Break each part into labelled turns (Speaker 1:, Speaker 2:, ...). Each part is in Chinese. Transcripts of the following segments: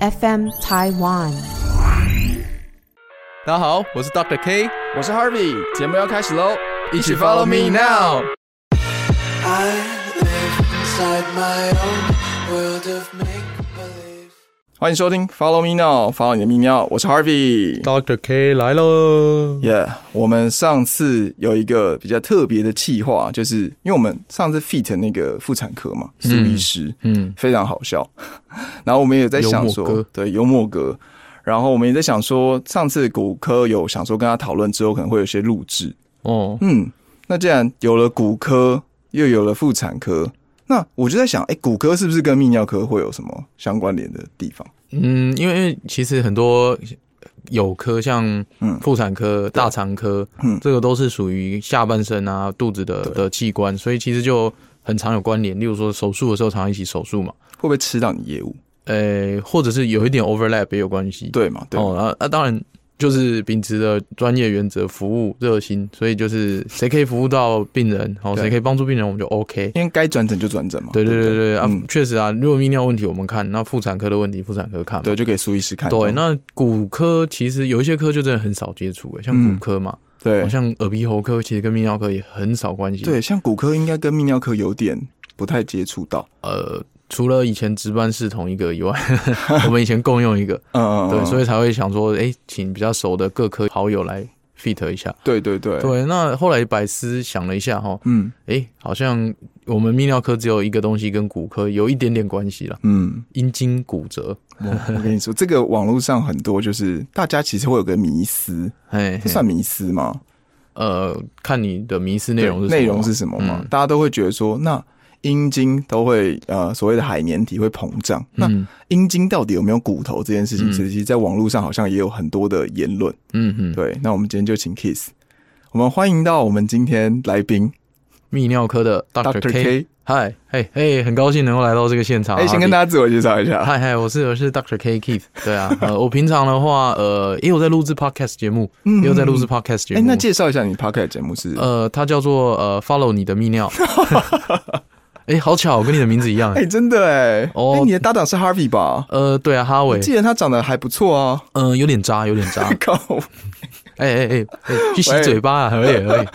Speaker 1: FM Taiwan。
Speaker 2: 大家好，我是 Doctor K，
Speaker 3: 我是 Harvey，节目要开始喽，
Speaker 2: 一起 Follow Me Now。
Speaker 4: I live inside my own world of make believe.
Speaker 3: 欢迎收听 Follow Me Now，Follow 你的泌尿，我是 Harvey。
Speaker 2: Doctor K 来喽，
Speaker 3: Yeah，我们上次有一个比较特别的企划，就是因为我们上次 fit 那个妇产科嘛，苏医师，
Speaker 2: 嗯，
Speaker 3: 非常好笑。 然后我们也在想
Speaker 2: 幽默
Speaker 3: 说
Speaker 2: 哥，
Speaker 3: 对幽默哥。然后我们也在想说，上次骨科有想说跟他讨论之后，可能会有些录制。
Speaker 2: 哦，
Speaker 3: 嗯，那既然有了骨科，又有了妇产科，那我就在想，哎、骨科是不是跟泌尿科会有什么相关联的地方？
Speaker 2: 嗯，因为因为其实很多有科像
Speaker 3: 嗯
Speaker 2: 妇产科、大肠科，
Speaker 3: 嗯
Speaker 2: 这个都是属于下半身啊、肚子的的器官，所以其实就很常有关联。例如说手术的时候常常一起手术嘛，
Speaker 3: 会不会吃到你业务？
Speaker 2: 呃，或者是有一点 overlap 也有关系。
Speaker 3: 对嘛？对嘛，
Speaker 2: 哦，然后那、当然就是秉持着专业原则、服务热心，所以就是谁可以服务到病人，然后
Speaker 3: 对
Speaker 2: 谁可以帮助病人，我们就 OK。
Speaker 3: 因为该转诊就转诊嘛。
Speaker 2: 对对
Speaker 3: 不
Speaker 2: 对对啊
Speaker 3: 嗯，
Speaker 2: 确、实啊，如果泌尿问题我们看，那妇产科的问题妇产科看嘛。嗯
Speaker 3: 对，就给苏医师看。
Speaker 2: 啊
Speaker 3: 哦
Speaker 2: 对，那骨科其实有一些科就真的很少接触、欸，像骨科嘛，好、
Speaker 3: 对
Speaker 2: 像耳鼻喉科其实跟泌尿科也很少关系。，
Speaker 3: 对，像骨科应该跟泌尿科有点不太接触到。
Speaker 2: 呃，除了以前值班室同一个以 外，我们以前共用一个，
Speaker 3: 嗯嗯，
Speaker 2: 对，所
Speaker 3: 以
Speaker 2: 以才会想说，哎、请比较熟的各科好友来 fit 一下。
Speaker 3: 对对对，
Speaker 2: 对，那后来百思想了一下哈，
Speaker 3: 嗯
Speaker 2: 诶，好像我们泌尿科只有一个东西跟骨科有一点点关系啦，
Speaker 3: 嗯，
Speaker 2: 阴茎骨折。
Speaker 3: 我跟你说，这个网络上很多就是大家其实会有个迷 思，
Speaker 2: 哎，
Speaker 3: 这算迷思吗？
Speaker 2: 呃，看你的迷思内容是什么
Speaker 3: 内容是什么嘛？
Speaker 2: 嗯
Speaker 3: 大家都会觉得说，那阴茎都会呃所谓的海绵体会膨胀，那
Speaker 2: 嗯
Speaker 3: 阴茎到底有没有骨头这件事情，
Speaker 2: 嗯
Speaker 3: 其实在网络上好像也有很多的言论。
Speaker 2: 嗯嗯，
Speaker 3: 对，那我们今天就请 Kiss，我们欢迎到我们今天来宾
Speaker 2: 泌尿科的 Doctor
Speaker 3: Dr.
Speaker 2: K，啊
Speaker 3: K。
Speaker 2: 嗨，嘿嘿，很高兴能够来到这个现场。
Speaker 3: 哎，先跟大
Speaker 2: 家。
Speaker 3: 家自我介绍一下。
Speaker 2: 嗨嗨，我是我是 Doctor K Keith，对啊， 呃，我平常的话，呃，也有在录制 podcast 节目，
Speaker 3: 嗯
Speaker 2: 也有在录制 podcast 节
Speaker 3: 哎，
Speaker 2: 目。
Speaker 3: 那介绍一下你 p o c k e t 节目是？
Speaker 2: 呃，它叫做呃 Follow 你的泌 尿。哎，好巧，跟你的名字一样。
Speaker 3: 哎，真的哎，
Speaker 2: 哦
Speaker 3: 哎，你的搭档是 Harvey 吧？
Speaker 2: 呃，对啊，哈
Speaker 3: 我
Speaker 2: 维，
Speaker 3: 记得他长得还不错啊。
Speaker 2: 嗯、有点渣，有点 渣。
Speaker 3: 靠，
Speaker 2: 哎哎哎哎，去洗嘴巴啊，可以可以。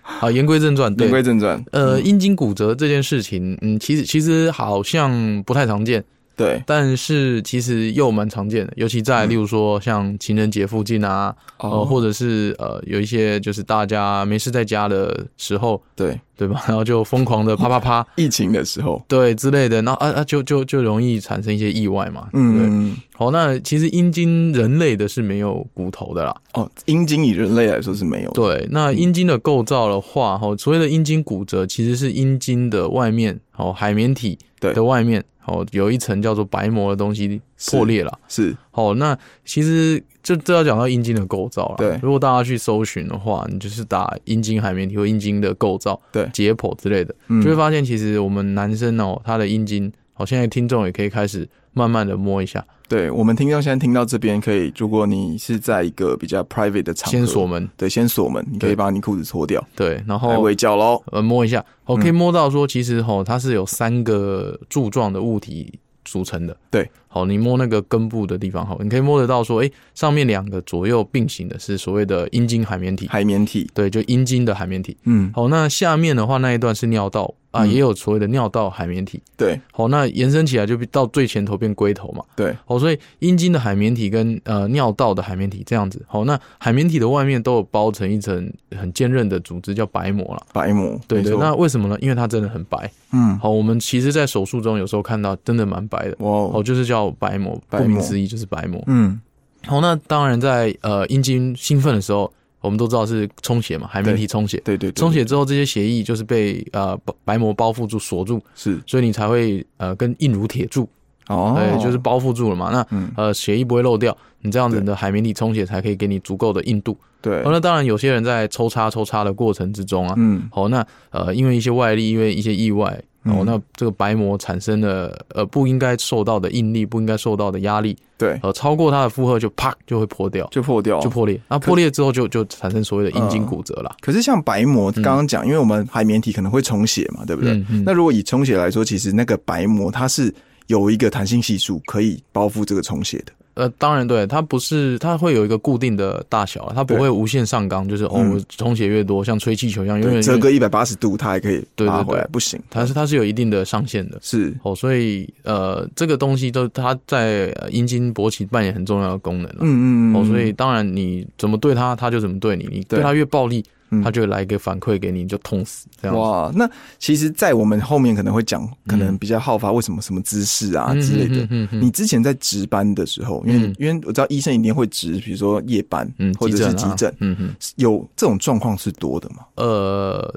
Speaker 2: 好，言归正传，
Speaker 3: 言归
Speaker 2: 对，
Speaker 3: 正传，
Speaker 2: 呃，阴茎骨折这件事情，嗯，其实其实好像不太常见，
Speaker 3: 对
Speaker 2: 但是其实又蛮常见的，尤其在例如说像情人节附近啊，
Speaker 3: 哦
Speaker 2: 呃，或者是呃有一些就是大家没事在家的时候，
Speaker 3: 对，
Speaker 2: 对吧？ 然后就疯狂的啪啪啪，
Speaker 3: 疫情的时候，
Speaker 2: 对之类的，那啊啊就就就容易产生一些意外嘛，对不对。
Speaker 3: 嗯，
Speaker 2: 好，那其实阴茎人类的是没有骨头的啦，
Speaker 3: 哦，阴茎以人类来说是没有的。
Speaker 2: 对，那阴茎的构造的话，哈，所谓的阴茎骨折其实是阴茎的外面，哦，海绵体
Speaker 3: 对
Speaker 2: 的外面，哦，有一层叫做白膜的东西
Speaker 3: 是
Speaker 2: 破裂了。
Speaker 3: 是，
Speaker 2: 哦，那其实就这要讲到阴茎的构造了。
Speaker 3: 对
Speaker 2: 如果大家去搜寻的话，你就是打阴茎海绵体或阴茎的构造、
Speaker 3: 对
Speaker 2: 解剖之类的，
Speaker 3: 嗯
Speaker 2: 就会发现其实我们男生哦，他的阴茎，哦，现在听众也可以开始慢慢的摸一下，
Speaker 3: 对我们听众现在听到这边，可以，如果你是在一个比较 private 的场合，
Speaker 2: 先锁门，
Speaker 3: 对，先锁门，你可
Speaker 2: 对
Speaker 3: 以把你裤子脱掉，
Speaker 2: 对，然
Speaker 3: 来
Speaker 2: 后
Speaker 3: 围剿喽。
Speaker 2: 呃摸一下，我、
Speaker 3: 嗯
Speaker 2: 可以摸到说，其实吼、它是有三个柱状的物体组成的。
Speaker 3: 对，
Speaker 2: 好，你摸那个根部的地方，好，你可以摸得到说，哎、上面两个左右并行的是所谓的阴茎海绵体，
Speaker 3: 海绵体，
Speaker 2: 对，就阴茎的海绵体。
Speaker 3: 嗯，
Speaker 2: 好，那下面的话那一段是尿道啊，
Speaker 3: 嗯
Speaker 2: 也有所谓的尿道海绵体。
Speaker 3: 对
Speaker 2: 好，那延伸起来就到最前头变龟头嘛。
Speaker 3: 对，
Speaker 2: 好，所以阴茎的海绵体跟呃尿道的海绵体这样子。好，那海绵体的外面都有包成一层很坚韧的组织，叫白膜啦。
Speaker 3: 白膜，
Speaker 2: 对
Speaker 3: 没
Speaker 2: 对，
Speaker 3: 错
Speaker 2: 那为什么呢？因为它真的很白。
Speaker 3: 嗯，
Speaker 2: 好，我们其实，在手术中有时候看到真的蛮白的。
Speaker 3: 哇哦，
Speaker 2: 哦，就是叫白膜，
Speaker 3: 白
Speaker 2: 顾
Speaker 3: 膜
Speaker 2: 名思义就是白膜。
Speaker 3: 嗯，
Speaker 2: 好，那当然在呃阴茎兴奋的时候，我们都知道是充血嘛，海绵体充血。
Speaker 3: 对对对，
Speaker 2: 充血之后，这些血液就是被呃白白膜包覆住、锁住，
Speaker 3: 是
Speaker 2: 所以你才会呃跟硬如铁柱，
Speaker 3: 哦，
Speaker 2: 对，就是包覆住了嘛。那
Speaker 3: 嗯，
Speaker 2: 呃血液不会漏掉，你这样子
Speaker 3: 对
Speaker 2: 的海绵体充血才可以给你足够的硬度。
Speaker 3: 对
Speaker 2: 哦，，那当然有些人在抽插抽插的过程之中啊，
Speaker 3: 嗯，
Speaker 2: 好，那呃，因为一些外力，因为一些意外，哦，
Speaker 3: 嗯
Speaker 2: 那这个白膜产生了呃不应该受到的应力，不应该受到的压力，
Speaker 3: 对，
Speaker 2: 呃，超过它的负荷就啪就会破掉，
Speaker 3: 就破掉，
Speaker 2: 就。破裂。那破裂之后就就产生所谓的阴茎骨折啦。
Speaker 3: 可是像白膜，刚刚讲，因为我们海绵体可能会充血嘛，对不对？
Speaker 2: 嗯嗯嗯
Speaker 3: 那如果以充血来说，其实那个白膜它是有一个弹性系数可以包覆这个充血的。
Speaker 2: 呃，当然对，它不是，它会有一个固定的大小啊，它不
Speaker 3: 对
Speaker 2: 会无限上纲，就是哦，我充血越多，像吹气球一样，永
Speaker 3: 对，
Speaker 2: 远
Speaker 3: 折个一百八十度，它还可以
Speaker 2: 对对
Speaker 3: 拉回来，
Speaker 2: 对
Speaker 3: 不行，
Speaker 2: 它是它是有一定的上限的。
Speaker 3: 是
Speaker 2: 哦，所以呃，这个东西都它在呃阴茎勃起扮演很重要的功能了。
Speaker 3: 嗯嗯嗯，
Speaker 2: 哦，所以当然你怎么对它，它就怎么对你。你
Speaker 3: 对
Speaker 2: 对它越暴力
Speaker 3: 嗯，
Speaker 2: 它就会来一个反馈给你，你就痛死这样子。
Speaker 3: 哇，那其实，在我们后面可能会讲，可能比较好发为什么什么姿势啊
Speaker 2: 嗯
Speaker 3: 之类的。
Speaker 2: 嗯嗯
Speaker 3: 你之前在值班的时候，因为、
Speaker 2: 嗯
Speaker 3: 因为我知道医生一定会值，比如说夜班，
Speaker 2: 嗯，
Speaker 3: 或者是急
Speaker 2: 啊
Speaker 3: 诊，
Speaker 2: 嗯嗯。
Speaker 3: 有这种状况是多的嘛？
Speaker 2: 呃，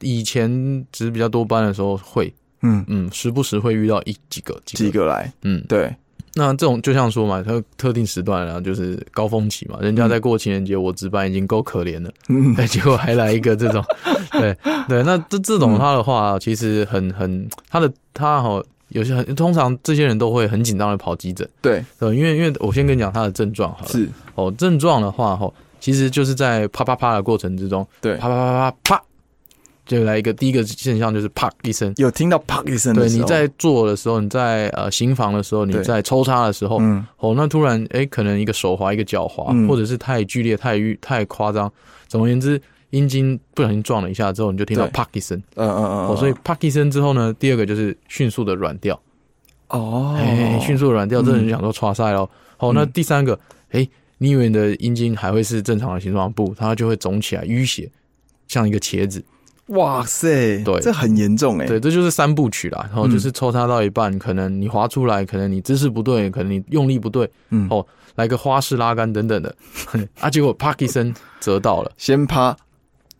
Speaker 2: 以前值比较多班的时候会，
Speaker 3: 嗯，
Speaker 2: 嗯，时不时会遇到一几个几个，
Speaker 3: 几个来，
Speaker 2: 嗯，
Speaker 3: 对，
Speaker 2: 那这种就像说嘛，它特定时段啊，就是高峰期嘛，人家在过情人节，我值班已经够可怜了，
Speaker 3: 嗯，
Speaker 2: 对，结果还来一个这 种，对对，那这这
Speaker 3: 嗯
Speaker 2: 种他的话，其实很很他的他哈、有些很通常这些人都会很紧张的跑急诊，
Speaker 3: 对，
Speaker 2: 对，因为因为我先跟你讲他的症状好了，
Speaker 3: 是，
Speaker 2: 哦，症状的话哈、其实就是在啪啪啪的过程之中，
Speaker 3: 对
Speaker 2: 啪啪啪啪啪，就来一个第一个现象就是啪一声。
Speaker 3: 有听到啪一声
Speaker 2: 对，
Speaker 3: 的时
Speaker 2: 你
Speaker 3: 候，
Speaker 2: 在做的时候，你在呃行房的时候，你
Speaker 3: 对
Speaker 2: 在抽插的时候，
Speaker 3: 嗯，
Speaker 2: 哦，那突然哎，可能一个手滑，一个脚滑，
Speaker 3: 嗯
Speaker 2: 或者是太剧烈、太欲、太夸张。总而言之，阴茎不小心撞了一下之后，你就听到
Speaker 3: 对
Speaker 2: 啪一声。
Speaker 3: 嗯嗯嗯，
Speaker 2: 哦，所以啪一声之后呢，第二个就是迅速的软掉，
Speaker 3: 哦，嗯
Speaker 2: 哎、迅速地软掉，这人想说刷塞咯。哦，那第三个，哎，你以为你的阴茎还会是正常的形状？不，它就会肿起来、淤血，像一个茄子。
Speaker 3: 哇塞，
Speaker 2: 对
Speaker 3: 这很严重哎、嗯
Speaker 2: 对，这就是三部曲啦。然后就是抽插到一半，可能你滑出来，可能你姿势不对，可能你用力不对，
Speaker 3: 嗯
Speaker 2: 哦，来个花式拉杆等等的， 啊，结果啪一声折到了，
Speaker 3: 先啪，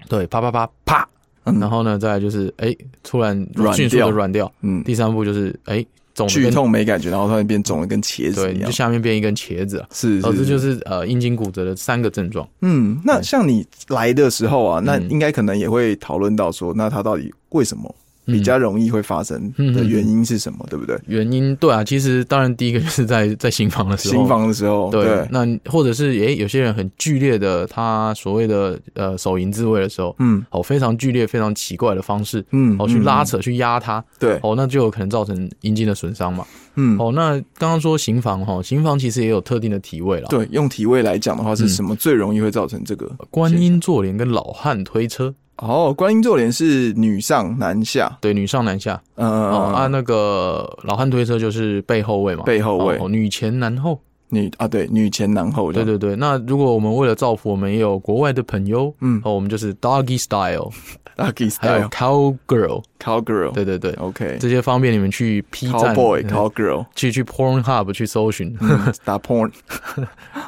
Speaker 2: 对，啪啪啪啪，
Speaker 3: 嗯
Speaker 2: 然后呢，再来就是哎，突然
Speaker 3: 软
Speaker 2: 迅速
Speaker 3: 掉
Speaker 2: 的软掉。
Speaker 3: 嗯，
Speaker 2: 第三步就是哎，肿得
Speaker 3: 剧
Speaker 2: 跟
Speaker 3: 痛没感觉，然后突然变肿的跟茄子
Speaker 2: 对，
Speaker 3: 一
Speaker 2: 你
Speaker 3: 样
Speaker 2: 就，下面变一根茄子啊。
Speaker 3: 是，。
Speaker 2: 哦，这就是是呃阴茎骨折的三个症状。
Speaker 3: 嗯，那
Speaker 2: 对
Speaker 3: 像你来的时候啊，那
Speaker 2: 嗯
Speaker 3: 应该可能也会讨论到说，那它到底为什么比较容易会发生的原因是什么，对不对？
Speaker 2: 原因对啊，其实当然第一个就是在 在行房的时候，
Speaker 3: 新房的时候，
Speaker 2: 对，
Speaker 3: 对，
Speaker 2: 那或者是诶，有些人很剧烈的，他所谓的呃手淫自慰的时候，
Speaker 3: 嗯
Speaker 2: 哦，非常剧烈、非常奇怪的方式，
Speaker 3: 嗯，
Speaker 2: 哦，去拉
Speaker 3: 嗯，
Speaker 2: 扯、去压它，
Speaker 3: 对，
Speaker 2: 哦，那就有可能造成阴茎的损伤嘛。
Speaker 3: 嗯，
Speaker 2: 哦，那刚刚说刑房哈，刑房其实也有特定的体位啦，，
Speaker 3: 对，用体位来讲的
Speaker 2: 嗯
Speaker 3: 话，是什么最容易会造成这个？
Speaker 2: 观音坐莲跟老汉推车，
Speaker 3: 哦，观音坐莲是女上男下，
Speaker 2: 对，女上男下，
Speaker 3: 嗯嗯
Speaker 2: 哦啊，
Speaker 3: 嗯，
Speaker 2: 那个老汉推车就是背后位嘛，
Speaker 3: 背后位
Speaker 2: 哦，女前男后，
Speaker 3: 女啊，对，女前男后，
Speaker 2: 对，对对。那如果我们为了造福我们也有国外的朋友，
Speaker 3: 嗯
Speaker 2: 哦，我们就是 doggy style，
Speaker 3: ，Lucky
Speaker 2: 还有
Speaker 3: Style
Speaker 2: cowgirl，
Speaker 3: Cowgirl，
Speaker 2: 对对对，
Speaker 3: ，OK，
Speaker 2: 这些方便你们去 P 站
Speaker 3: 哦 Cowboy
Speaker 2: 嗯
Speaker 3: Cowgirl
Speaker 2: 去去 Pornhub 去搜寻，
Speaker 3: 嗯打 porn，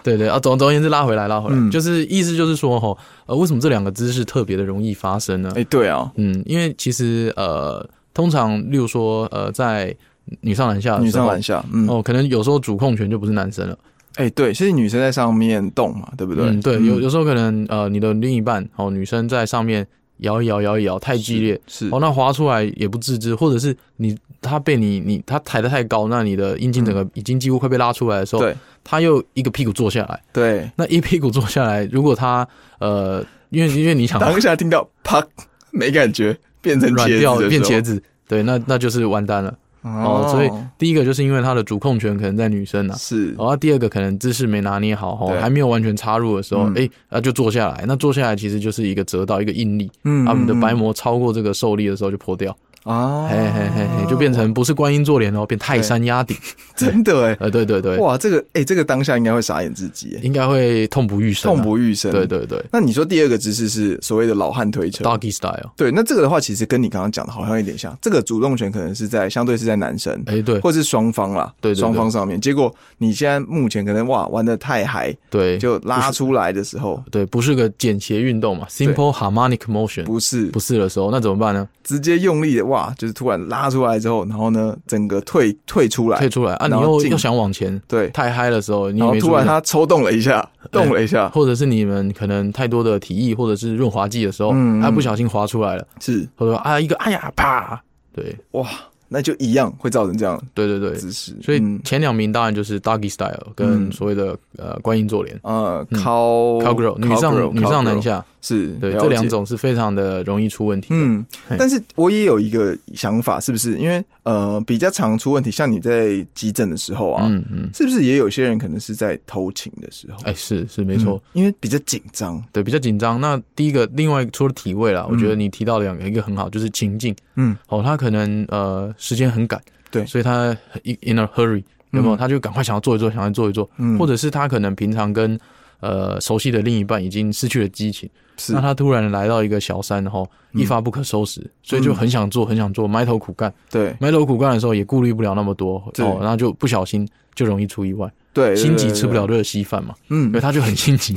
Speaker 2: 对对啊，总总而言之拉回来拉回来，
Speaker 3: 嗯
Speaker 2: 就是意思就是说哈，呃，为什么这两个姿势特别的容易发生呢？
Speaker 3: 哎，对啊，
Speaker 2: 嗯，因为其实呃，通常例如说呃，在女上男下的
Speaker 3: 女
Speaker 2: 时候
Speaker 3: 上男下，嗯，
Speaker 2: 哦，可能有时候主控权就不是男生了，
Speaker 3: 哎，对，所以女生在上面动嘛，对不对？
Speaker 2: 嗯，对，
Speaker 3: 嗯
Speaker 2: 有有时候可能呃，你的另一半哦，女生在上面摇一摇摇一摇，太激烈，
Speaker 3: 是
Speaker 2: 哦，那滑出来也不自知，或者是你他被你你他抬得太高，那你的阴茎整个已经几乎快被拉出来的时候，
Speaker 3: 对
Speaker 2: 他又一个屁股坐下来，
Speaker 3: 对，
Speaker 2: 那一屁股坐下来，如果他呃，因为因为你想
Speaker 3: 当下听到啪，没感觉，变成
Speaker 2: 软
Speaker 3: 茄
Speaker 2: 掉
Speaker 3: 子的时候
Speaker 2: 变茄子，对，那那就是完蛋了哦。所以第一个就是因为他的主控权可能在女生啊。
Speaker 3: 是
Speaker 2: 然后第二个可能姿势没拿捏好哦
Speaker 3: 对，
Speaker 2: 还没有完全插入的时候，
Speaker 3: 嗯
Speaker 2: 哎、那、就坐下来。那坐下来其实就是一个折到一个应力，
Speaker 3: 嗯
Speaker 2: 啊，你的白
Speaker 3: 嗯
Speaker 2: 膜超过这个受力的时候就破掉，
Speaker 3: 啊，
Speaker 2: 嘿嘿嘿嘿，就变成不是观音坐莲哦，变泰山压顶。
Speaker 3: 真的哎、
Speaker 2: 呃，对 对对，
Speaker 3: 哇，这个哎、这个当下应该会傻眼至极、哎
Speaker 2: 应该会痛不欲生、啊
Speaker 3: 痛。不欲生。啊
Speaker 2: 对。对对
Speaker 3: 那你说第二个姿势是所谓的老汉推车，
Speaker 2: ，doggy style。
Speaker 3: 对，那这个的话其实跟你刚刚讲的好像有点像，这个主动权可能是在相对是在男生。
Speaker 2: 哎，对
Speaker 3: 或是双方啦，
Speaker 2: 对对对
Speaker 3: 双方上面，结果你现在目前可能哇玩的太嗨，
Speaker 2: 对，
Speaker 3: 就拉出来的时候
Speaker 2: 对，不是个简谐运动嘛，simple harmonic motion，
Speaker 3: 不是
Speaker 2: 不是的时候，那怎么办呢？
Speaker 3: 直接用力的哇，就是突然拉出来之后，然后呢整个退退出来，
Speaker 2: 退出来啊，你
Speaker 3: 然后
Speaker 2: 又
Speaker 3: 进
Speaker 2: 又想往前，
Speaker 3: 对，
Speaker 2: 太嗨的时候，你
Speaker 3: 然
Speaker 2: 也
Speaker 3: 后
Speaker 2: 没
Speaker 3: 突
Speaker 2: 注意
Speaker 3: 然
Speaker 2: 到，
Speaker 3: 他抽动了一下，动了一下，
Speaker 2: 或者是你们可能太多的体液或者是润滑剂的时候，
Speaker 3: 嗯嗯
Speaker 2: 啊，不小心滑出来了，
Speaker 3: 是
Speaker 2: 或者说啊一个哎呀啪，对，
Speaker 3: 哇，那就一样会造成这样的
Speaker 2: 对对对，
Speaker 3: 姿势。
Speaker 2: 所以
Speaker 3: 嗯
Speaker 2: 前两名当然就是 Doggy Style 跟
Speaker 3: 嗯
Speaker 2: 所谓的呃观音坐莲
Speaker 3: 呃
Speaker 2: 嗯
Speaker 3: ，cow
Speaker 2: Cowgirl 女
Speaker 3: cowgirl，
Speaker 2: 上女上男
Speaker 3: cowgirl
Speaker 2: 下，
Speaker 3: 是
Speaker 2: 对
Speaker 3: 了
Speaker 2: 这
Speaker 3: 解
Speaker 2: 两种是非常的容易出问题的。
Speaker 3: 嗯
Speaker 2: 嘿，
Speaker 3: 但是我也有一个想法，是不是因为呃比较常出问题，像你在急诊的时候啊，
Speaker 2: 嗯嗯，
Speaker 3: 是不是也有些人可能是在偷情的时候？
Speaker 2: 哎是是没错
Speaker 3: 嗯，，因为比较紧张。
Speaker 2: 对，比较紧张。那第一个，另外除了体位啦，我觉得
Speaker 3: 嗯
Speaker 2: 你提到两个，一个很好，就是情境。
Speaker 3: 嗯，
Speaker 2: 哦，他可能呃时间很赶，
Speaker 3: 对
Speaker 2: 所以他 in a hurry，有没有？
Speaker 3: 嗯
Speaker 2: 他就赶快想要做一做，想要做一做，
Speaker 3: 嗯
Speaker 2: 或者是他可能平常跟呃熟悉的另一半已经失去了激情，
Speaker 3: 是
Speaker 2: 那他突然来到一个小山，然后一
Speaker 3: 嗯
Speaker 2: 发不可收拾，所以就很想做，很想做，埋头苦干，
Speaker 3: 对
Speaker 2: 埋头苦干的时候也顾虑不了那么多，
Speaker 3: 对
Speaker 2: 哦，然后就不小心就容易出意外，
Speaker 3: 对，
Speaker 2: 心急
Speaker 3: 对
Speaker 2: 吃不了，热稀饭嘛。
Speaker 3: 对对
Speaker 2: 对，
Speaker 3: 呃嗯，
Speaker 2: 他就很心 急，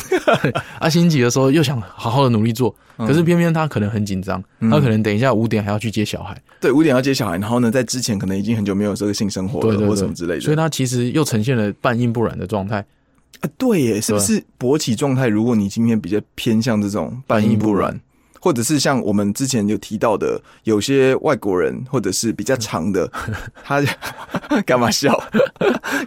Speaker 2: 啊，心急的时候又想好好的努力做，可是偏偏他可能很紧张，
Speaker 3: 嗯
Speaker 2: 他可能等一下五点还要去接小孩，
Speaker 3: 对五点要接小孩，然后呢，在之前可能已经很久没有这个性生活
Speaker 2: 对
Speaker 3: 了，
Speaker 2: 对
Speaker 3: 或
Speaker 2: 对，
Speaker 3: 什么之类的，
Speaker 2: 所以他其实又呈现了半硬不软的状态，
Speaker 3: 啊，对耶，是不是勃起状态？如果你今天比较偏向这种半硬不
Speaker 2: 嗯
Speaker 3: 软，或者是像我们之前有提到的，有些外国人或者是比较长 的，他 干嘛笑？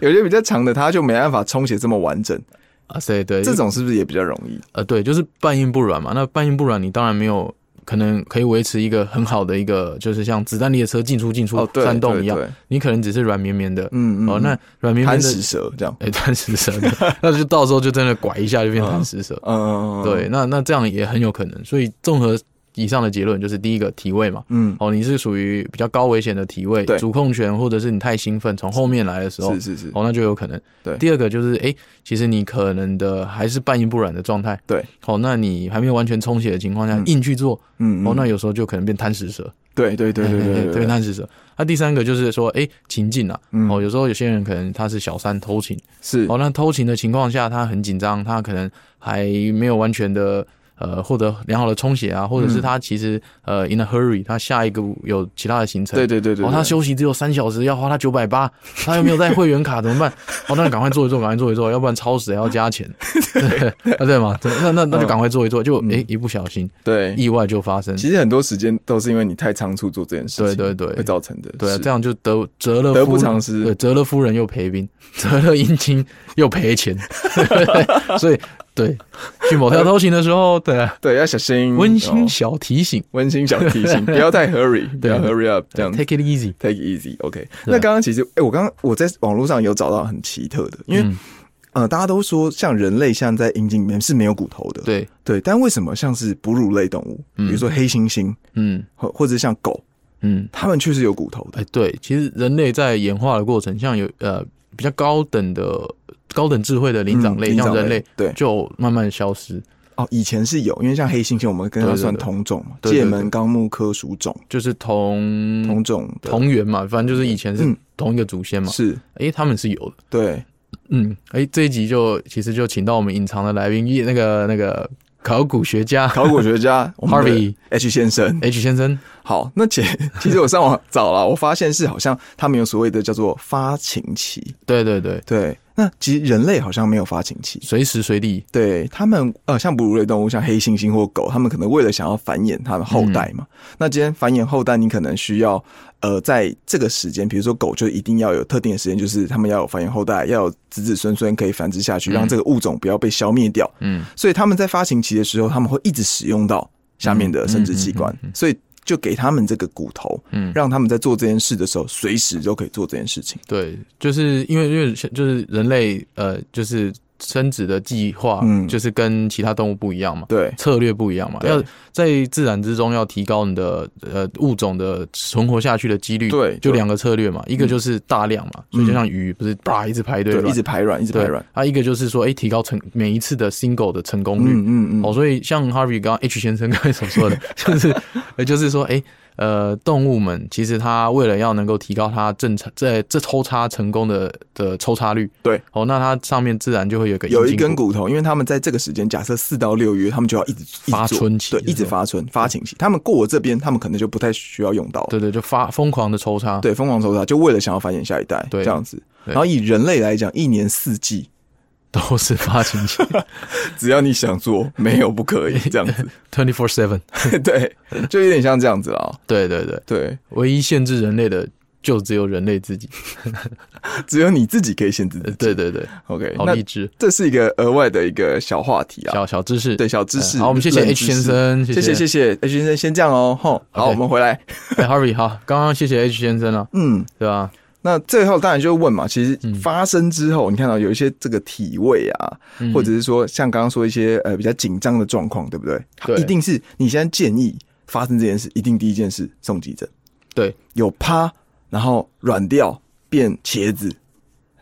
Speaker 3: 有些比较长的，他就没办法充血这么完整，
Speaker 2: 啊，对对，
Speaker 3: 这种是不是也比较容易？
Speaker 2: 呃，对，就是半硬不软嘛。那半硬不软，你当然没有可能可以维持一个很好的一个，就是像子弹列车进出进出
Speaker 3: 哦，对，
Speaker 2: 山洞
Speaker 3: 对
Speaker 2: 一样，
Speaker 3: 对
Speaker 2: 你可能只是软绵绵的，
Speaker 3: 嗯嗯，
Speaker 2: 哦，那
Speaker 3: 嗯
Speaker 2: 软绵绵
Speaker 3: 贪
Speaker 2: 的
Speaker 3: 食，蛇这样，
Speaker 2: 哎，贪食蛇的，那就到时候就真的拐一下就变贪食蛇，
Speaker 3: 嗯，
Speaker 2: 对，，那那这样也很有可能。所以综合以上的结论，就是第一个体位嘛，
Speaker 3: 嗯，
Speaker 2: 哦，你是属于比较高危险的体位，
Speaker 3: 对
Speaker 2: 主控权，或者是你太兴奋从后面来的时候
Speaker 3: 是，是是，
Speaker 2: 哦，那就有可能。
Speaker 3: 对
Speaker 2: 第二个就是，哎、其实你可能的还是半硬不软的状态，
Speaker 3: 对，
Speaker 2: 哦，那你还没有完全充血的情况下、
Speaker 3: 嗯
Speaker 2: 硬去做，
Speaker 3: 嗯，
Speaker 2: 哦，那
Speaker 3: 嗯
Speaker 2: 有时候就可能变贪食蛇，
Speaker 3: 对对对
Speaker 2: 哎哎
Speaker 3: 对
Speaker 2: 哎
Speaker 3: 对
Speaker 2: 对，贪食蛇。那、第三个就是说，哎、情境啊，
Speaker 3: 嗯
Speaker 2: 哦，有时候有些人可能他是小三偷情。
Speaker 3: 是
Speaker 2: 哦，那偷情的情况下，他很紧张，他可能还没有完全的呃获得良好的充血啊，或者是
Speaker 3: 嗯
Speaker 2: 他其实、呃 in a hurry，他下一个有其他的行程。
Speaker 3: 对对对对，
Speaker 2: 哦，
Speaker 3: 对
Speaker 2: 他休息只有三小时，要花他九百八，他又没有带会员卡，怎 么办？哦，那赶快做一做，赶快做一做，要不然超时还要加钱，对啊对嘛？对那那那就赶快做一做，就诶、一不小心
Speaker 3: 对
Speaker 2: 意外就发生，
Speaker 3: 嗯其实很多时间都是因为你太仓促做这件事情，
Speaker 2: 对对对
Speaker 3: 会造成的。
Speaker 2: 对啊，
Speaker 3: 是
Speaker 2: 这样就得折了
Speaker 3: 得
Speaker 2: 夫
Speaker 3: 不偿失
Speaker 2: 对，折了夫人又赔 兵，折了姻亲又赔钱， 对所以对，去某条偷情的时候，对啊，
Speaker 3: 对要小心。
Speaker 2: 温馨
Speaker 3: 呃哦
Speaker 2: 小提醒、
Speaker 3: 温馨小 提醒，不要太 hurry，不
Speaker 2: 对啊
Speaker 3: 要 hurry up，这样
Speaker 2: t a k e it easy，
Speaker 3: take it easy，OK。那刚刚其实，哎，我刚刚我在网络上有找到很奇特的，因为
Speaker 2: 嗯
Speaker 3: 呃，大家都说像人类像在阴茎里面是没有骨头的，
Speaker 2: 对，
Speaker 3: 对，但为什么像是哺乳类动物，比如说黑猩猩
Speaker 2: 嗯
Speaker 3: 或或者像狗，
Speaker 2: 嗯，
Speaker 3: 它们确实有骨头
Speaker 2: 哎、
Speaker 3: 的，
Speaker 2: 对，其实人类在演化的过程，像有呃比较高等的高等智慧的灵长类，
Speaker 3: 嗯灵
Speaker 2: 像人类。
Speaker 3: 对
Speaker 2: 就慢慢消失，
Speaker 3: 哦，以前是有，因为像黑猩猩，我们跟它
Speaker 2: 对对
Speaker 3: 算
Speaker 2: 对
Speaker 3: 同种嘛，
Speaker 2: 对对
Speaker 3: 界
Speaker 2: 对
Speaker 3: 门纲目科属种，
Speaker 2: 就是同
Speaker 3: 同种的
Speaker 2: 同源嘛，反正就是以前是
Speaker 3: 嗯
Speaker 2: 同一个祖先嘛。
Speaker 3: 是，
Speaker 2: 哎、他们是有的，
Speaker 3: 对，
Speaker 2: 嗯，哎，这一集就其实就请到我们隐藏的来宾，一那个那个考古学家
Speaker 3: 考古学家我们的
Speaker 2: Harvey
Speaker 3: H 先生。
Speaker 2: H 先生，
Speaker 3: 好，那其 其实我上网找了，我发现是好像他们有所谓的叫做发情期。
Speaker 2: 对对对，
Speaker 3: 对，那其实人类好像没有发情期。
Speaker 2: 随时随地，
Speaker 3: 对他们，呃，像哺乳类动物，像黑猩猩或狗，他们可能为了想要繁衍它的后
Speaker 2: 嗯
Speaker 3: 代嘛。那今天繁衍后代，你可能需要，呃，在这个时间，比如说狗就一定要有特定的时间，就是他们要有繁衍后代，要有子子孙孙可以繁殖下去，让这个物种不要被消灭掉。
Speaker 2: 嗯，
Speaker 3: 所以他们在发情期的时候，他们会一直使用到下面的生殖器官，所以就给他们这个骨头，
Speaker 2: 嗯
Speaker 3: 让他们在做这件事的时候，随时都可以做这件事情。
Speaker 2: 对，就是因为因为就是人类呃，就是生殖的计划，
Speaker 3: 嗯
Speaker 2: 就是跟其他动物不一样嘛，
Speaker 3: 对，
Speaker 2: 策略不一样嘛，
Speaker 3: 对
Speaker 2: 要在自然之中要提高你的呃物种的存活下去的几率，
Speaker 3: 对
Speaker 2: 就
Speaker 3: 对
Speaker 2: 两个策略嘛，一个就是大量嘛，所以就像鱼不是啪一直排队
Speaker 3: 对，
Speaker 2: 乱
Speaker 3: 一直排卵，一直
Speaker 2: 对
Speaker 3: 排卵。，
Speaker 2: 啊，一个就是说，哎、提高成每一次的 single 的成功率。
Speaker 3: 嗯嗯
Speaker 2: 哦，
Speaker 3: 嗯，
Speaker 2: 所以像 Harvey 刚刚 H 先生刚才所 说的，就是，呃，就是说，哎、呃，动物们其实它为了要能够提高它正常在这抽插成功的的抽插率，
Speaker 3: 对，
Speaker 2: 哦，那它上面自然就会有一个
Speaker 3: 有一
Speaker 2: 阴茎
Speaker 3: 根，骨头，因为他们在这个时间，假设四到六月，他们就要一直一直
Speaker 2: 发
Speaker 3: 做
Speaker 2: 春期
Speaker 3: 对，
Speaker 2: 的
Speaker 3: 一直
Speaker 2: 时候
Speaker 3: 发春发情期。他们过了这边，他们可能就不太需要用到了。
Speaker 2: 对对，就发疯狂的抽插，
Speaker 3: 对，疯狂抽查，就为了想要繁衍下一代，
Speaker 2: 对
Speaker 3: 这样子。
Speaker 2: 对
Speaker 3: 然后以人类来讲，一年四季，
Speaker 2: 都是发情 期
Speaker 3: 只要你想做，没有不可以 这样子。
Speaker 2: ，twenty four seven，
Speaker 3: 对，就有点像这样子啦。
Speaker 2: 对对对，
Speaker 3: 对，
Speaker 2: 唯一限制人类的就只有人类自己。
Speaker 3: 只有你自己可以限制自
Speaker 2: 呃
Speaker 3: 己。
Speaker 2: 对对对，
Speaker 3: ，OK，
Speaker 2: 好
Speaker 3: 那
Speaker 2: 励志，
Speaker 3: 这是一个额外的一个小话题啊，
Speaker 2: 小小知识。
Speaker 3: 对小知识。
Speaker 2: 嗯好，我们谢谢
Speaker 3: 冷
Speaker 2: H
Speaker 3: 知识
Speaker 2: 先，生，
Speaker 3: 谢谢
Speaker 2: 谢
Speaker 3: 谢谢 H 先生，先这样哦。吼，好，
Speaker 2: OK
Speaker 3: 我们回来。
Speaker 2: 哎 Harvey，好，刚刚谢谢 H 先生了，
Speaker 3: 嗯，
Speaker 2: 对吧？
Speaker 3: 那最后当然就问嘛，其实
Speaker 2: 嗯
Speaker 3: 发生之后，你看到有一些这个体位啊，
Speaker 2: 嗯
Speaker 3: 或者是说像刚刚说一些呃比较紧张的状况，对不对？
Speaker 2: 对
Speaker 3: 一定是你现在建议发生这件事，一定第一件事送急诊。
Speaker 2: 对，
Speaker 3: 有趴，然后软掉变茄子，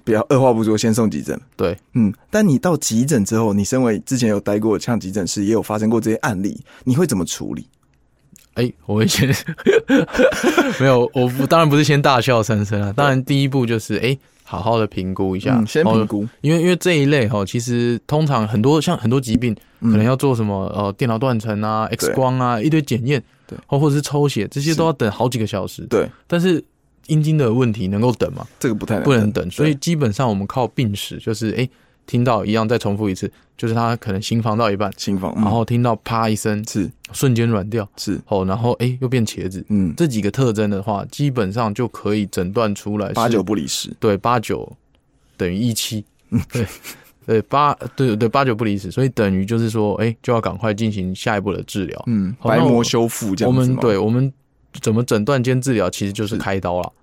Speaker 3: 不要二话不说先送急诊。
Speaker 2: 对，
Speaker 3: 嗯，但你到急诊之后，你身为之前有待过像急诊室，也有发生过这些案例，你会怎么处理？
Speaker 2: 哎，我以前 没有，我不当然不是先大笑三声啊，当然第一步就是哎，好好的评估一下，
Speaker 3: 嗯，先
Speaker 2: 哦
Speaker 3: 评估，
Speaker 2: 因为因为这一类哈，其实通常很多像很多疾病，可
Speaker 3: 嗯
Speaker 2: 能要做什么呃电脑断层啊、X
Speaker 3: 对
Speaker 2: 光啊一堆检验，哦
Speaker 3: 对，
Speaker 2: 或或者是抽血，这些
Speaker 3: 是
Speaker 2: 都要等好几个小时。，
Speaker 3: 对
Speaker 2: 但是阴茎的问题能够等吗？
Speaker 3: 这个不太
Speaker 2: 不能等，
Speaker 3: 对啊
Speaker 2: 所以基本上我们靠病史，就是诶听到一样再重复一次，就是他可能心房到一半，
Speaker 3: 心房，嗯
Speaker 2: 然后听到啪一声，
Speaker 3: 是
Speaker 2: 瞬间软掉，
Speaker 3: 是，
Speaker 2: 哦，然后诶又变茄子，
Speaker 3: 嗯，
Speaker 2: 这几个特征的话，基本上就可以诊断出来是
Speaker 3: 八九嗯不离十，
Speaker 2: 对，八九等于一七，对，对八对对八九不离十，所以等于就是说，哎、就要赶快进行下一步的治疗。
Speaker 3: 嗯，
Speaker 2: 好
Speaker 3: 白
Speaker 2: 那
Speaker 3: 膜
Speaker 2: 我
Speaker 3: 修复这
Speaker 2: 我
Speaker 3: 样子
Speaker 2: 们
Speaker 3: 吗？
Speaker 2: 对我们怎么诊断兼治疗，其实就是
Speaker 3: 是
Speaker 2: 开刀啦。
Speaker 3: 哦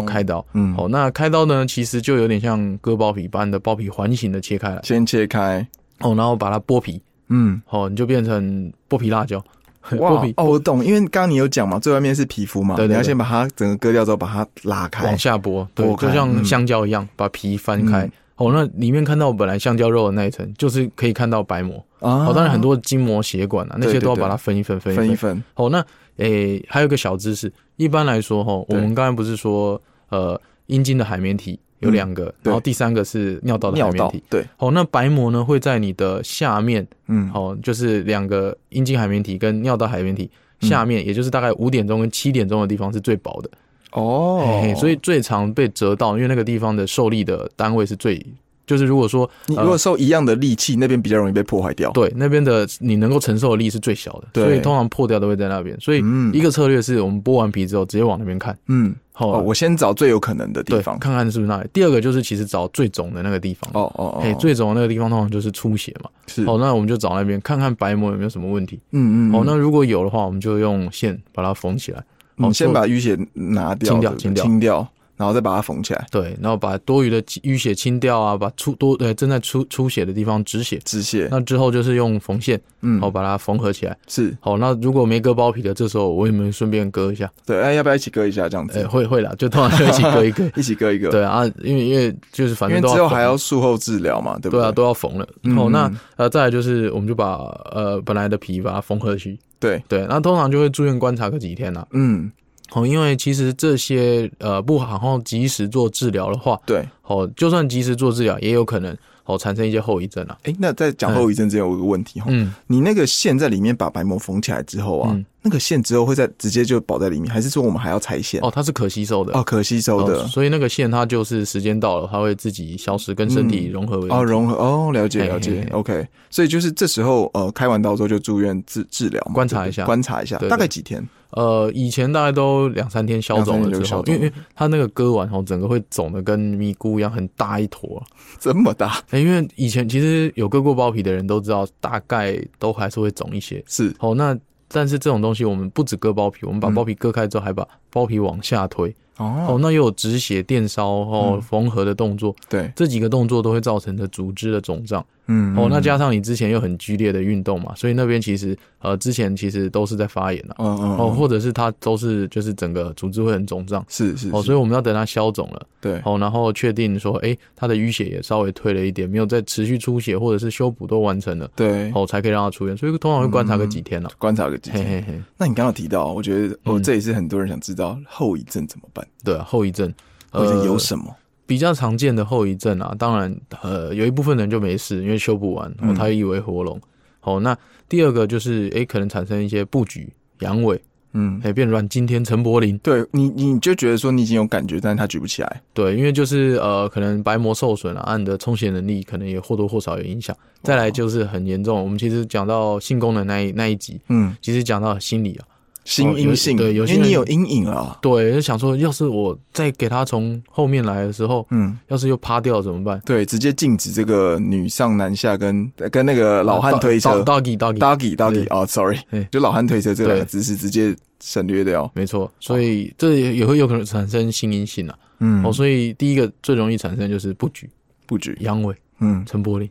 Speaker 2: 哦，，开刀。
Speaker 3: 嗯，
Speaker 2: 哦，那开刀呢，其实就有点像割包皮，把你的包皮环形的切开来，
Speaker 3: 先切开，
Speaker 2: 哦，然后把它剥皮，
Speaker 3: 嗯，
Speaker 2: 哦，你就变成剥皮辣椒， 剥
Speaker 3: 哇
Speaker 2: 皮
Speaker 3: 哦，我懂，因为刚刚你有讲嘛，最外面是皮肤嘛，
Speaker 2: 对对
Speaker 3: 你要
Speaker 2: 对
Speaker 3: 先把它整个割掉之后，把它拉开
Speaker 2: 往，下剥，对
Speaker 3: 剥，开
Speaker 2: 就像
Speaker 3: 嗯
Speaker 2: 香蕉一样，把皮翻开
Speaker 3: 嗯。
Speaker 2: 哦，那里面看到本来香蕉肉的那一层，就是可以看到白膜。
Speaker 3: 啊
Speaker 2: 哦，当然很多筋膜、血管啊，那
Speaker 3: 对
Speaker 2: 些都要
Speaker 3: 对对
Speaker 2: 把它分一分，分一
Speaker 3: 啊分一
Speaker 2: 分。
Speaker 3: 分，
Speaker 2: 哦，那诶、还有一个小知识，一般来说，哈，我
Speaker 3: 对
Speaker 2: 们刚才不是说，呃，阴茎的海绵体有
Speaker 3: 嗯
Speaker 2: 两个，然后
Speaker 3: 对
Speaker 2: 第三个是尿道的海
Speaker 3: 尿
Speaker 2: 绵
Speaker 3: 道
Speaker 2: 体。，
Speaker 3: 对，
Speaker 2: 哦，那白膜呢会在你的下面，
Speaker 3: 嗯，
Speaker 2: 哦，就是两个阴茎海绵体跟尿道海绵体
Speaker 3: 嗯
Speaker 2: 下面，也就是大概五点钟跟七点钟的地方是最薄的，
Speaker 3: 哦
Speaker 2: 嘿嘿所以最常被折到，因为那个地方的受力的单位是最，就是如果说呃
Speaker 3: 你如果受一样的力气，那边比较容易被破坏掉，
Speaker 2: 对，那边的你能够承受的力是最小的，
Speaker 3: 对
Speaker 2: 所以通常破掉都会在那边。所以
Speaker 3: 嗯
Speaker 2: 一个策略是我们剥完皮之后直接往那边看，
Speaker 3: 嗯，
Speaker 2: 好、
Speaker 3: 哦，我先找最有可能的地
Speaker 2: 对，
Speaker 3: 方，
Speaker 2: 看看是不是那里。第二个就是其实找最肿的那个地方，
Speaker 3: 哦哦
Speaker 2: 嘿
Speaker 3: 哦，
Speaker 2: 最肿的那个地方通常就是出血嘛。
Speaker 3: 是，
Speaker 2: 好、那我们就找那边看看白膜有没有什么问题。
Speaker 3: 嗯嗯，
Speaker 2: 哦，
Speaker 3: 嗯
Speaker 2: 那如果有的话，我们就用线把它缝起来。
Speaker 3: 嗯
Speaker 2: 哦
Speaker 3: 先
Speaker 2: 做
Speaker 3: 把淤血拿掉，
Speaker 2: 清掉
Speaker 3: 对不对
Speaker 2: 清掉
Speaker 3: 清掉，然后再把它缝起来，
Speaker 2: 对，然后把多余的淤血清掉啊，把出多呃正在出出血的地方止血。
Speaker 3: 止血，
Speaker 2: 那之后就是用缝线，
Speaker 3: 嗯
Speaker 2: 好、，把它缝合起来。
Speaker 3: 是
Speaker 2: 好、那如果没割包皮的，这时候我也没顺便割一下。
Speaker 3: 对，哎，要不要一起割一下这样
Speaker 2: 哎、
Speaker 3: 子？。
Speaker 2: 会会啦，就通常就一起割一割
Speaker 3: 一起割一个，
Speaker 2: 对啊，因为因为就是反
Speaker 3: 因为
Speaker 2: 正都
Speaker 3: 之后
Speaker 2: 要
Speaker 3: 还
Speaker 2: 缝
Speaker 3: 要术后治疗嘛，对不
Speaker 2: 对啊
Speaker 3: 对？
Speaker 2: 都要缝了。
Speaker 3: 嗯
Speaker 2: 哦，那
Speaker 3: 嗯
Speaker 2: 呃再来就是我们就把呃本来的皮把它缝合起。
Speaker 3: 对，
Speaker 2: 对，那通常就会住院观察个几天啦、
Speaker 3: 嗯，
Speaker 2: 哦，因为其实这些呃不好好及时做治疗的话，
Speaker 3: 对。
Speaker 2: 哦，就算及时做治疗，也有可能哦产生一些后遗症啊。
Speaker 3: 哎、那在讲后遗症之前，我有个问题哈、
Speaker 2: 嗯，
Speaker 3: 你那个线在里面把白膜缝起来之后啊，
Speaker 2: 嗯
Speaker 3: 那个线之后会在直接就保在里面，还是说我们还要拆线？
Speaker 2: 哦，它是可吸收的。
Speaker 3: 哦，可吸收的
Speaker 2: 哦所以那个线它就是时间到了，它会自己消失，跟身体
Speaker 3: 嗯
Speaker 2: 融合为一体。
Speaker 3: 哦，融合哦，了解
Speaker 2: 嘿
Speaker 3: 了解
Speaker 2: 嘿嘿
Speaker 3: ，OK。所以就是这时候呃，开完刀之后就住院治治疗嘛，
Speaker 2: 观察
Speaker 3: 对不
Speaker 2: 一
Speaker 3: 对
Speaker 2: 下
Speaker 3: 观察一下，
Speaker 2: 对对
Speaker 3: 大概几天？
Speaker 2: 呃，以前大概都两三天消肿了
Speaker 3: 两三天就
Speaker 2: 之
Speaker 3: 消
Speaker 2: 后，
Speaker 3: 肿
Speaker 2: 因为因为它那个割完后，整个会肿的跟咪咕一样，很大一坨、啊
Speaker 3: 这么大
Speaker 2: 哎，因为以前其实有割过包皮的人都知道，大概都还是会肿一些。
Speaker 3: 是
Speaker 2: 哦，那但是这种东西，我们不止割包皮，我们把
Speaker 3: 嗯
Speaker 2: 包皮割开之后，还把包皮往下推。哦
Speaker 3: 哦，，
Speaker 2: 那又有止血、电烧、哦
Speaker 3: 嗯
Speaker 2: 缝合的动作，
Speaker 3: 对，
Speaker 2: 这几个动作都会造成的组织的肿胀。
Speaker 3: 嗯，
Speaker 2: 哦，那
Speaker 3: 样，
Speaker 2: 加上你之前又很剧烈的运动嘛，所以那边其实呃之前其实都是在发炎啊。
Speaker 3: 嗯
Speaker 2: 哦，
Speaker 3: 嗯，哦，
Speaker 2: 或者是它都是就是整个组织会很肿胀，
Speaker 3: 是是，
Speaker 2: 哦，
Speaker 3: 是
Speaker 2: 所以我们要等它消肿了，
Speaker 3: 对，
Speaker 2: 哦，然后确定说，哎、它的淤血也稍微退了一点，没有再持续出血或者是修补都完成了，
Speaker 3: 对，
Speaker 2: 哦，才可以让它出院，所以通常会观察个几天了、
Speaker 3: 观察个几
Speaker 2: 嘿
Speaker 3: 天。
Speaker 2: 嘿嘿，
Speaker 3: 那你刚刚有提到，我觉得哦，
Speaker 2: 嗯
Speaker 3: 这也是很多人想知道后遗症怎么办，
Speaker 2: 对、啊，后遗症，
Speaker 3: 后遗症有
Speaker 2: 么？
Speaker 3: 什么？
Speaker 2: 比较常见的后遗症啊，当然，呃，有一部分人就没事，因为修补完，哦
Speaker 3: 嗯，
Speaker 2: 他以为活龙，哦，那第二个就是，哎、可能产生一些布局、阳痿，
Speaker 3: 嗯
Speaker 2: 哎、，变软筋天、陈柏霖，
Speaker 3: 对你，你就觉得说你已经有感觉，但是他举不起来。
Speaker 2: 对，因为就是呃，可能白膜受损了、啊，你的充血能力可能也或多或少有影响。
Speaker 3: 哦
Speaker 2: 再来就是很严重，我们其实讲到性功能那一那一集，
Speaker 3: 嗯，
Speaker 2: 其实讲到心理啊，
Speaker 3: 心阴性，
Speaker 2: 哦对有些
Speaker 3: 因为
Speaker 2: 人
Speaker 3: 你有阴影啊。
Speaker 2: 对，就想说，要是我再给他从后面来的时候，
Speaker 3: 嗯，
Speaker 2: 要是又趴掉怎么办？
Speaker 3: 对，直接禁止这个女上男下跟跟那个老汉推车
Speaker 2: 到底到底，
Speaker 3: ，doggy doggy 哦，sorry，
Speaker 2: 对
Speaker 3: 就老汉推车这两个
Speaker 2: 对
Speaker 3: 姿势直接省略掉。
Speaker 2: 没错，所以这也也会有可能产生心因性啊。
Speaker 3: 嗯，
Speaker 2: 哦，所以第一个最容易产生就是布局、
Speaker 3: 布局，
Speaker 2: 阳痿、
Speaker 3: 嗯，
Speaker 2: 晨勃力。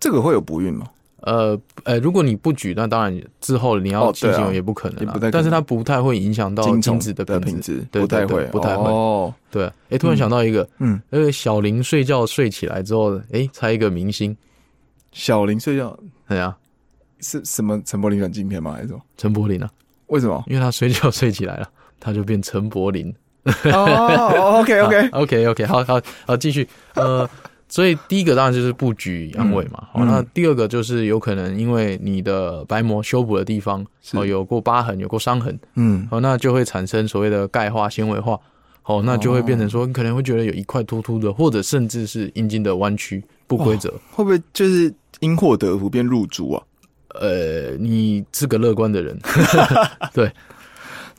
Speaker 3: 这个会有不孕吗？
Speaker 2: 呃呃，如果你不举，那当然之后你要
Speaker 3: 哦
Speaker 2: 进
Speaker 3: 对啊
Speaker 2: 行也不可能、
Speaker 3: 也不太可能
Speaker 2: 但是它不太会影响到精
Speaker 3: 精
Speaker 2: 子
Speaker 3: 子
Speaker 2: 的
Speaker 3: 品
Speaker 2: 质
Speaker 3: 质，
Speaker 2: 对
Speaker 3: 不
Speaker 2: 对
Speaker 3: 太
Speaker 2: 对
Speaker 3: 会，
Speaker 2: 不太会。
Speaker 3: 哦，
Speaker 2: 对，哎、突然想到一个，
Speaker 3: 嗯，
Speaker 2: 呃、小林睡觉睡起来之后，哎、猜一个明星，
Speaker 3: 小林睡觉
Speaker 2: 哎呀、啊，
Speaker 3: 是什么陈柏霖软镜片吗？还是什么？
Speaker 2: 陈柏霖啊，？
Speaker 3: 为什么
Speaker 2: 因为他睡觉睡起来了，他就变陈柏霖。
Speaker 3: 哦，OK OK，
Speaker 2: 啊 OK OK，好好好，继续。呃，所以第一个当然就是布局阳痿嘛。好、
Speaker 3: 嗯
Speaker 2: 那第二个就是有可能因为你的白膜修补的地方
Speaker 3: 是
Speaker 2: 哦有过疤痕，有过伤痕，
Speaker 3: 嗯，
Speaker 2: 哦，那就会产生所谓的钙化、纤维化，哦，那就会变成说，你可能会觉得有一块突突的，或者甚至是阴茎的弯曲不规则。
Speaker 3: 会不会就是因祸得福变入主啊？
Speaker 2: 呃，你是个乐观的人，对，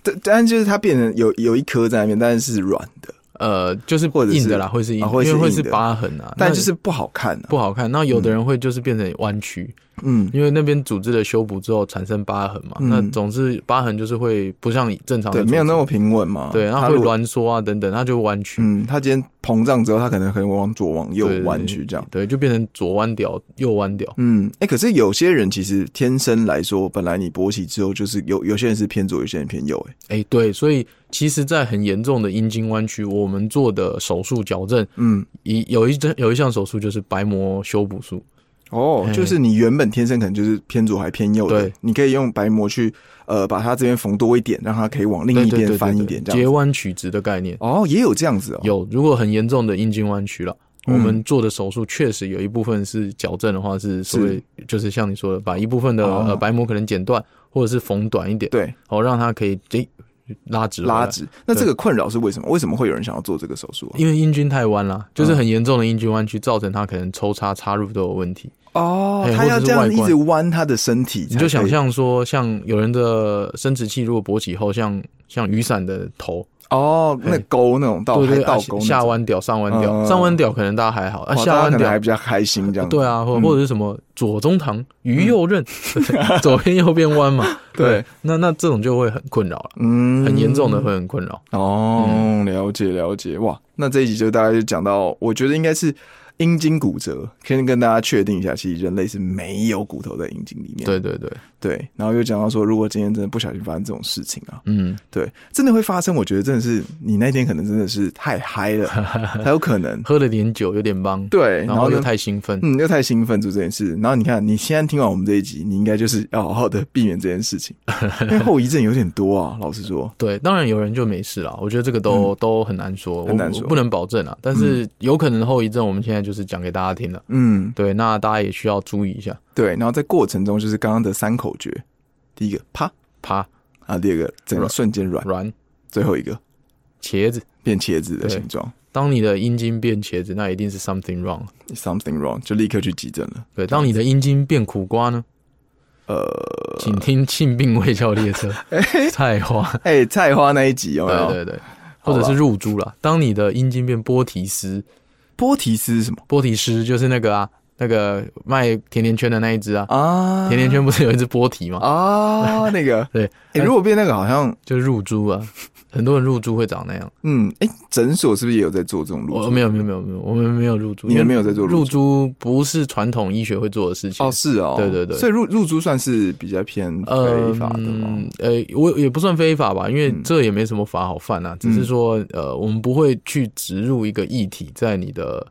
Speaker 3: 但但就是它变成有有一颗在那边，但是是软的，
Speaker 2: 呃，就是
Speaker 3: 或者是
Speaker 2: 硬的啦，会是硬的，
Speaker 3: 啊会是
Speaker 2: 因为会
Speaker 3: 硬
Speaker 2: 是
Speaker 3: 的
Speaker 2: 疤痕啊，
Speaker 3: 但
Speaker 2: 那
Speaker 3: 就是不好看啊。
Speaker 2: 不好看。那有的人会就是变成弯曲，
Speaker 3: 嗯，
Speaker 2: 因为那边组织的修补之后产生疤痕嘛。
Speaker 3: 嗯
Speaker 2: 那总之疤痕就是会不像正常的
Speaker 3: 对，
Speaker 2: 组织，
Speaker 3: 没有那么平稳嘛。
Speaker 2: 对，然
Speaker 3: 它
Speaker 2: 后会
Speaker 3: 如果。
Speaker 2: 挛缩啊等等，它就弯曲。
Speaker 3: 嗯，它今天膨胀之后，它可能可以往左往右
Speaker 2: 对
Speaker 3: 弯曲这样。
Speaker 2: 对，就变成左弯掉，右弯掉。
Speaker 3: 嗯，哎、可是有些人其实天生来说，本来你勃起之后就是有有些人是偏左，有些人偏右、诶
Speaker 2: 哎、对，所以其实，在很严重的阴茎弯曲，我们做的手术矫正，
Speaker 3: 嗯，
Speaker 2: 一有一针有一项手术就是白膜修补术，
Speaker 3: 哦，
Speaker 2: 哎
Speaker 3: 就是你原本天生可能就是偏左还偏右的，
Speaker 2: 对
Speaker 3: 你可以用白膜去呃把它这边缝多一点，让它可以往另
Speaker 2: 对
Speaker 3: 一
Speaker 2: 对
Speaker 3: 边
Speaker 2: 对
Speaker 3: 翻
Speaker 2: 对
Speaker 3: 一
Speaker 2: 对
Speaker 3: 点这
Speaker 2: 截
Speaker 3: 样子。
Speaker 2: 弯取直的概念。
Speaker 3: 哦，也有这样子哦，
Speaker 2: 有，如果很严重的阴茎弯曲了，
Speaker 3: 嗯
Speaker 2: 我们做的手术确实有一部分是矫正的话，是所谓就是像你说的，把一部分的、
Speaker 3: 哦
Speaker 2: 呃白膜可能剪断，或者是缝短一点，，
Speaker 3: 对
Speaker 2: 哦，让它可以诶、拉直回来
Speaker 3: 拉，直。那这个困扰是为什么？为什么会有人想要做这个手术、
Speaker 2: 啊
Speaker 3: 啊
Speaker 2: 因为阴茎太弯了，就是很严重的阴茎弯曲，
Speaker 3: 嗯
Speaker 2: 造成它可能抽插插入都有问题。
Speaker 3: 啊？哦
Speaker 2: 哎
Speaker 3: 他要
Speaker 2: 或者是
Speaker 3: 这样
Speaker 2: 外
Speaker 3: 一
Speaker 2: 观
Speaker 3: 直弯他的身体，
Speaker 2: 你就想。象说，像有人的生殖器如果勃起后，像像雨伞的头，
Speaker 3: 哦，那沟那种倒
Speaker 2: 对
Speaker 3: 还
Speaker 2: 对，啊
Speaker 3: 倒
Speaker 2: 下
Speaker 3: 钩那种
Speaker 2: 下弯屌、上弯
Speaker 3: 嗯
Speaker 2: 屌、上弯屌可能大家还好，啊，
Speaker 3: 哇
Speaker 2: 下
Speaker 3: 大家可
Speaker 2: 弯
Speaker 3: 能还
Speaker 2: 屌
Speaker 3: 比较开心这样子。
Speaker 2: 对啊，或
Speaker 3: 嗯
Speaker 2: 或者是什么左中堂、鱼右 刃，左边右边弯嘛，
Speaker 3: 对，
Speaker 2: 那那这种就会很困扰了，
Speaker 3: 嗯
Speaker 2: 很严重的会很困扰。嗯
Speaker 3: 哦，了解了解，哇，那这一集就大概就讲到，我觉得应该是阴茎骨折，先跟大家确定一下，其实人类是没有骨头在阴茎里面，
Speaker 2: 对对对，
Speaker 3: 对，然后又讲到说，如果今天真的不小心发生这种事情啊，
Speaker 2: 嗯，
Speaker 3: 对，真的会发生，我觉得真的是你那天可能真的是太嗨 了，才有可能，
Speaker 2: 喝了点酒有点帮，
Speaker 3: 对，
Speaker 2: 然
Speaker 3: 然
Speaker 2: 后
Speaker 3: 后
Speaker 2: 又
Speaker 3: 呢，
Speaker 2: 太兴奋，
Speaker 3: 嗯，又太兴奋做这件事，然后你看，你现在听完我们这一集，你应该就是要好好的避免这件事 情，因为后遗症有点多啊，老实说，
Speaker 2: 对，当然有人就没事啦，我觉得这个都都很难说，
Speaker 3: 嗯很难
Speaker 2: 我我
Speaker 3: 说
Speaker 2: 不能保证啊，但是有可能后遗症，我们现在就是讲给大家听了。
Speaker 3: 嗯，
Speaker 2: 对，那大家也需要注意一下，
Speaker 3: 对，然后在过程中就是刚刚的三口诀，第一个啪
Speaker 2: 啪
Speaker 3: 啊，第二个整个瞬间软，
Speaker 2: 软
Speaker 3: 最后一个
Speaker 2: 茄子。
Speaker 3: 变茄子的
Speaker 2: 对
Speaker 3: 形状
Speaker 2: 当你的阴茎变茄子，那一定是 something wrong。
Speaker 3: ，something wrong 就立刻去急诊了。
Speaker 2: 对，当你的阴茎变苦瓜呢？呃，请听性病卫教列 车，菜花，
Speaker 3: 哎、菜花那一集有没
Speaker 2: 对
Speaker 3: 有？
Speaker 2: 对对，或者是入珠啦。当你的阴茎变波提斯，
Speaker 3: 波提斯是什么
Speaker 2: 波提斯就是那个啊，那个卖甜甜圈的那一只啊，
Speaker 3: 啊？
Speaker 2: 甜甜圈不是有一只波提吗？
Speaker 3: 啊，那个
Speaker 2: 对，
Speaker 3: 哎、如果变那个好像，
Speaker 2: 就是入珠啊，很多人入珠会长那样。
Speaker 3: 嗯，哎、诊所是不是也有在做这种
Speaker 2: 我
Speaker 3: 路？
Speaker 2: 没有没有没有没有，我们没有入珠，
Speaker 3: 你们
Speaker 2: 因为
Speaker 3: 没有在做入
Speaker 2: 入珠不是传统医学会做的事情
Speaker 3: 哦，。是哦，
Speaker 2: 对对对
Speaker 3: 所以入入租算是比较偏非法的吗？
Speaker 2: 嗯呃，我也不算非法吧，因为
Speaker 3: 嗯
Speaker 2: 这也没什么法好犯啊，只是说，呃，我们不会去植入一个液体在你的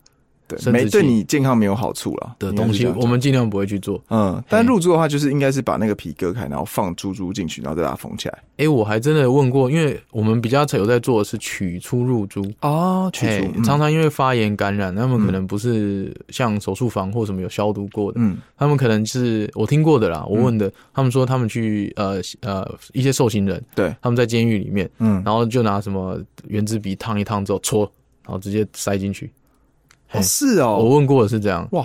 Speaker 3: 对，
Speaker 2: 生殖
Speaker 3: 没
Speaker 2: 器
Speaker 3: 对你健康没有好处啦
Speaker 2: 的东西，我们尽量不会去做。
Speaker 3: 嗯，但入住的话，就是应该是把那个皮割开，然后放猪猪进去，然后再把它缝起来。
Speaker 2: 诶，我还真的问过，因为我们比较有在做的是取出入珠，
Speaker 3: 哦，
Speaker 2: 诶
Speaker 3: 嗯
Speaker 2: 常常因为发炎感染，他们可能不是像手术房或什么有消毒过的，
Speaker 3: 嗯
Speaker 2: 他们可能是我听过的啦，我问的，他们说他们去呃呃一些受刑人，
Speaker 3: 对，
Speaker 2: 他们在监狱里面，
Speaker 3: 嗯，
Speaker 2: 然后就拿什么原子笔烫一烫之后搓，然后直接塞进去。嘿
Speaker 3: 哦是
Speaker 2: 我
Speaker 3: 哦，
Speaker 2: 问过的是这样，
Speaker 3: 哇！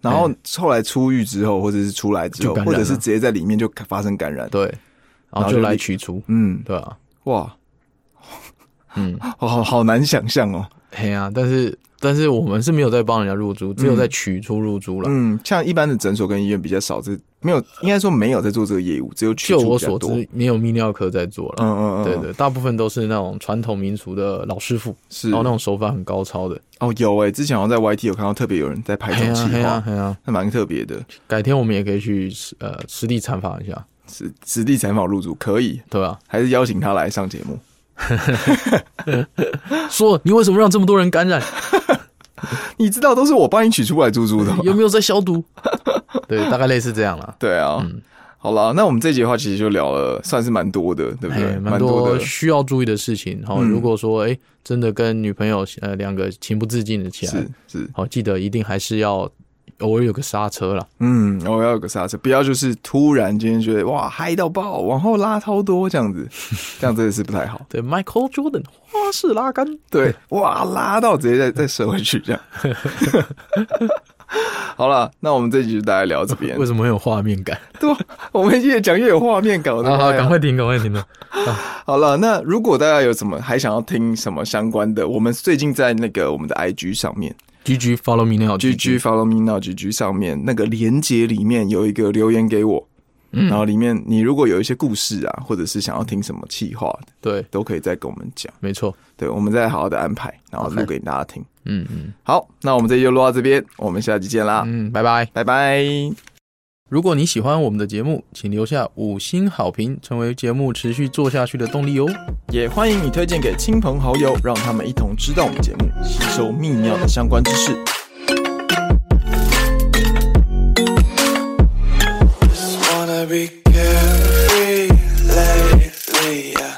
Speaker 3: 然后后来出狱之后，或者是出来之
Speaker 2: 就
Speaker 3: 后，
Speaker 2: 感染了
Speaker 3: 或者是直接在里面就发生感染，
Speaker 2: 对，然后
Speaker 3: 就
Speaker 2: 就来
Speaker 3: 立
Speaker 2: 取出，
Speaker 3: 嗯，
Speaker 2: 对吧？
Speaker 3: 哇，
Speaker 2: 嗯，
Speaker 3: 好好好难想象哦。
Speaker 2: 嘿呀、但是但是我们是没有在帮人家入珠，只有在取出入珠了。
Speaker 3: 嗯，像一般的诊所跟医院比较少，这没有，应该说没有在做这个业务，只有取
Speaker 2: 就
Speaker 3: 出
Speaker 2: 我
Speaker 3: 比较
Speaker 2: 所
Speaker 3: 多
Speaker 2: 知，没有泌尿科在做
Speaker 3: 嗯
Speaker 2: 了。
Speaker 3: 嗯嗯，
Speaker 2: 对对，大部分都是那种传统民俗的老师傅，
Speaker 3: 是
Speaker 2: 然后那
Speaker 3: 哦
Speaker 2: 种手法很高超的。
Speaker 3: 有哎、之前好像在 YT 有看到特别有人在拍这
Speaker 2: 嘿
Speaker 3: 种
Speaker 2: 呀
Speaker 3: 企
Speaker 2: 嘿啊呀
Speaker 3: 划，
Speaker 2: 嘿呀，
Speaker 3: 还蛮特别的，
Speaker 2: 改天我们也可以去实呃实地参访一下，
Speaker 3: 实实地采访入住可以，
Speaker 2: 对吧？
Speaker 3: 还是邀请他来上节目。
Speaker 2: 说你为什么让这么多人感染？
Speaker 3: 你知道都是我帮你取出来猪猪的吗？
Speaker 2: 有没有在消 毒？对，大概类似这样啦。
Speaker 3: 对啊，
Speaker 2: 嗯
Speaker 3: 好啦，那我们这集的话其实就聊了，算是蛮多的，对不对？
Speaker 2: 哎，蛮
Speaker 3: 多
Speaker 2: 多
Speaker 3: 的，
Speaker 2: 需要注意的事情。好，
Speaker 3: 嗯
Speaker 2: 如果说哎、真的跟女朋友呃两个情不自禁的起来
Speaker 3: 是，是，
Speaker 2: 好，记得一定还是要偶尔有个刹车啦。
Speaker 3: 嗯，我要有个刹车，不要就是突然今天觉得哇嗨到爆，往后拉超多这 样子，这样真的是不太好。
Speaker 2: 对，Michael Jordan 花式拉杆，
Speaker 3: 对，哇，拉到直接再再射回 去这样。好了，那我们这集就大概聊到这边
Speaker 2: 为。什么很有画面感？
Speaker 3: 对啊，我们越讲越有画面感。我的
Speaker 2: 啊，好，
Speaker 3: 妈呀
Speaker 2: 赶快停，赶快停了。
Speaker 3: 好了，那如果大家有什么还想要听什么相关的，我们最近在那个我们的 IG 上面
Speaker 2: G G Follow Me Now
Speaker 3: ，GG Follow Me Now GG 上面那个连接里面有一个留言给我，
Speaker 2: 嗯
Speaker 3: 然后里面你如果有一些故事啊，或者是想要听什么企划的，
Speaker 2: 对，
Speaker 3: 都可以再跟我们讲，
Speaker 2: 没错。
Speaker 3: 对，我们再好好的安排，然后录
Speaker 2: OK
Speaker 3: 给大家听。
Speaker 2: 嗯嗯
Speaker 3: 好，那我们这集就录到这边，我们下期见啦，
Speaker 2: 嗯，拜拜。
Speaker 3: 拜拜。
Speaker 2: 如果你喜欢我们的节目，请留下五星好评，成为节目持续做下去的动力哦。
Speaker 3: 也欢迎你推荐给亲朋好友，让他们一同知道我们节目，吸收泌尿的相关知识。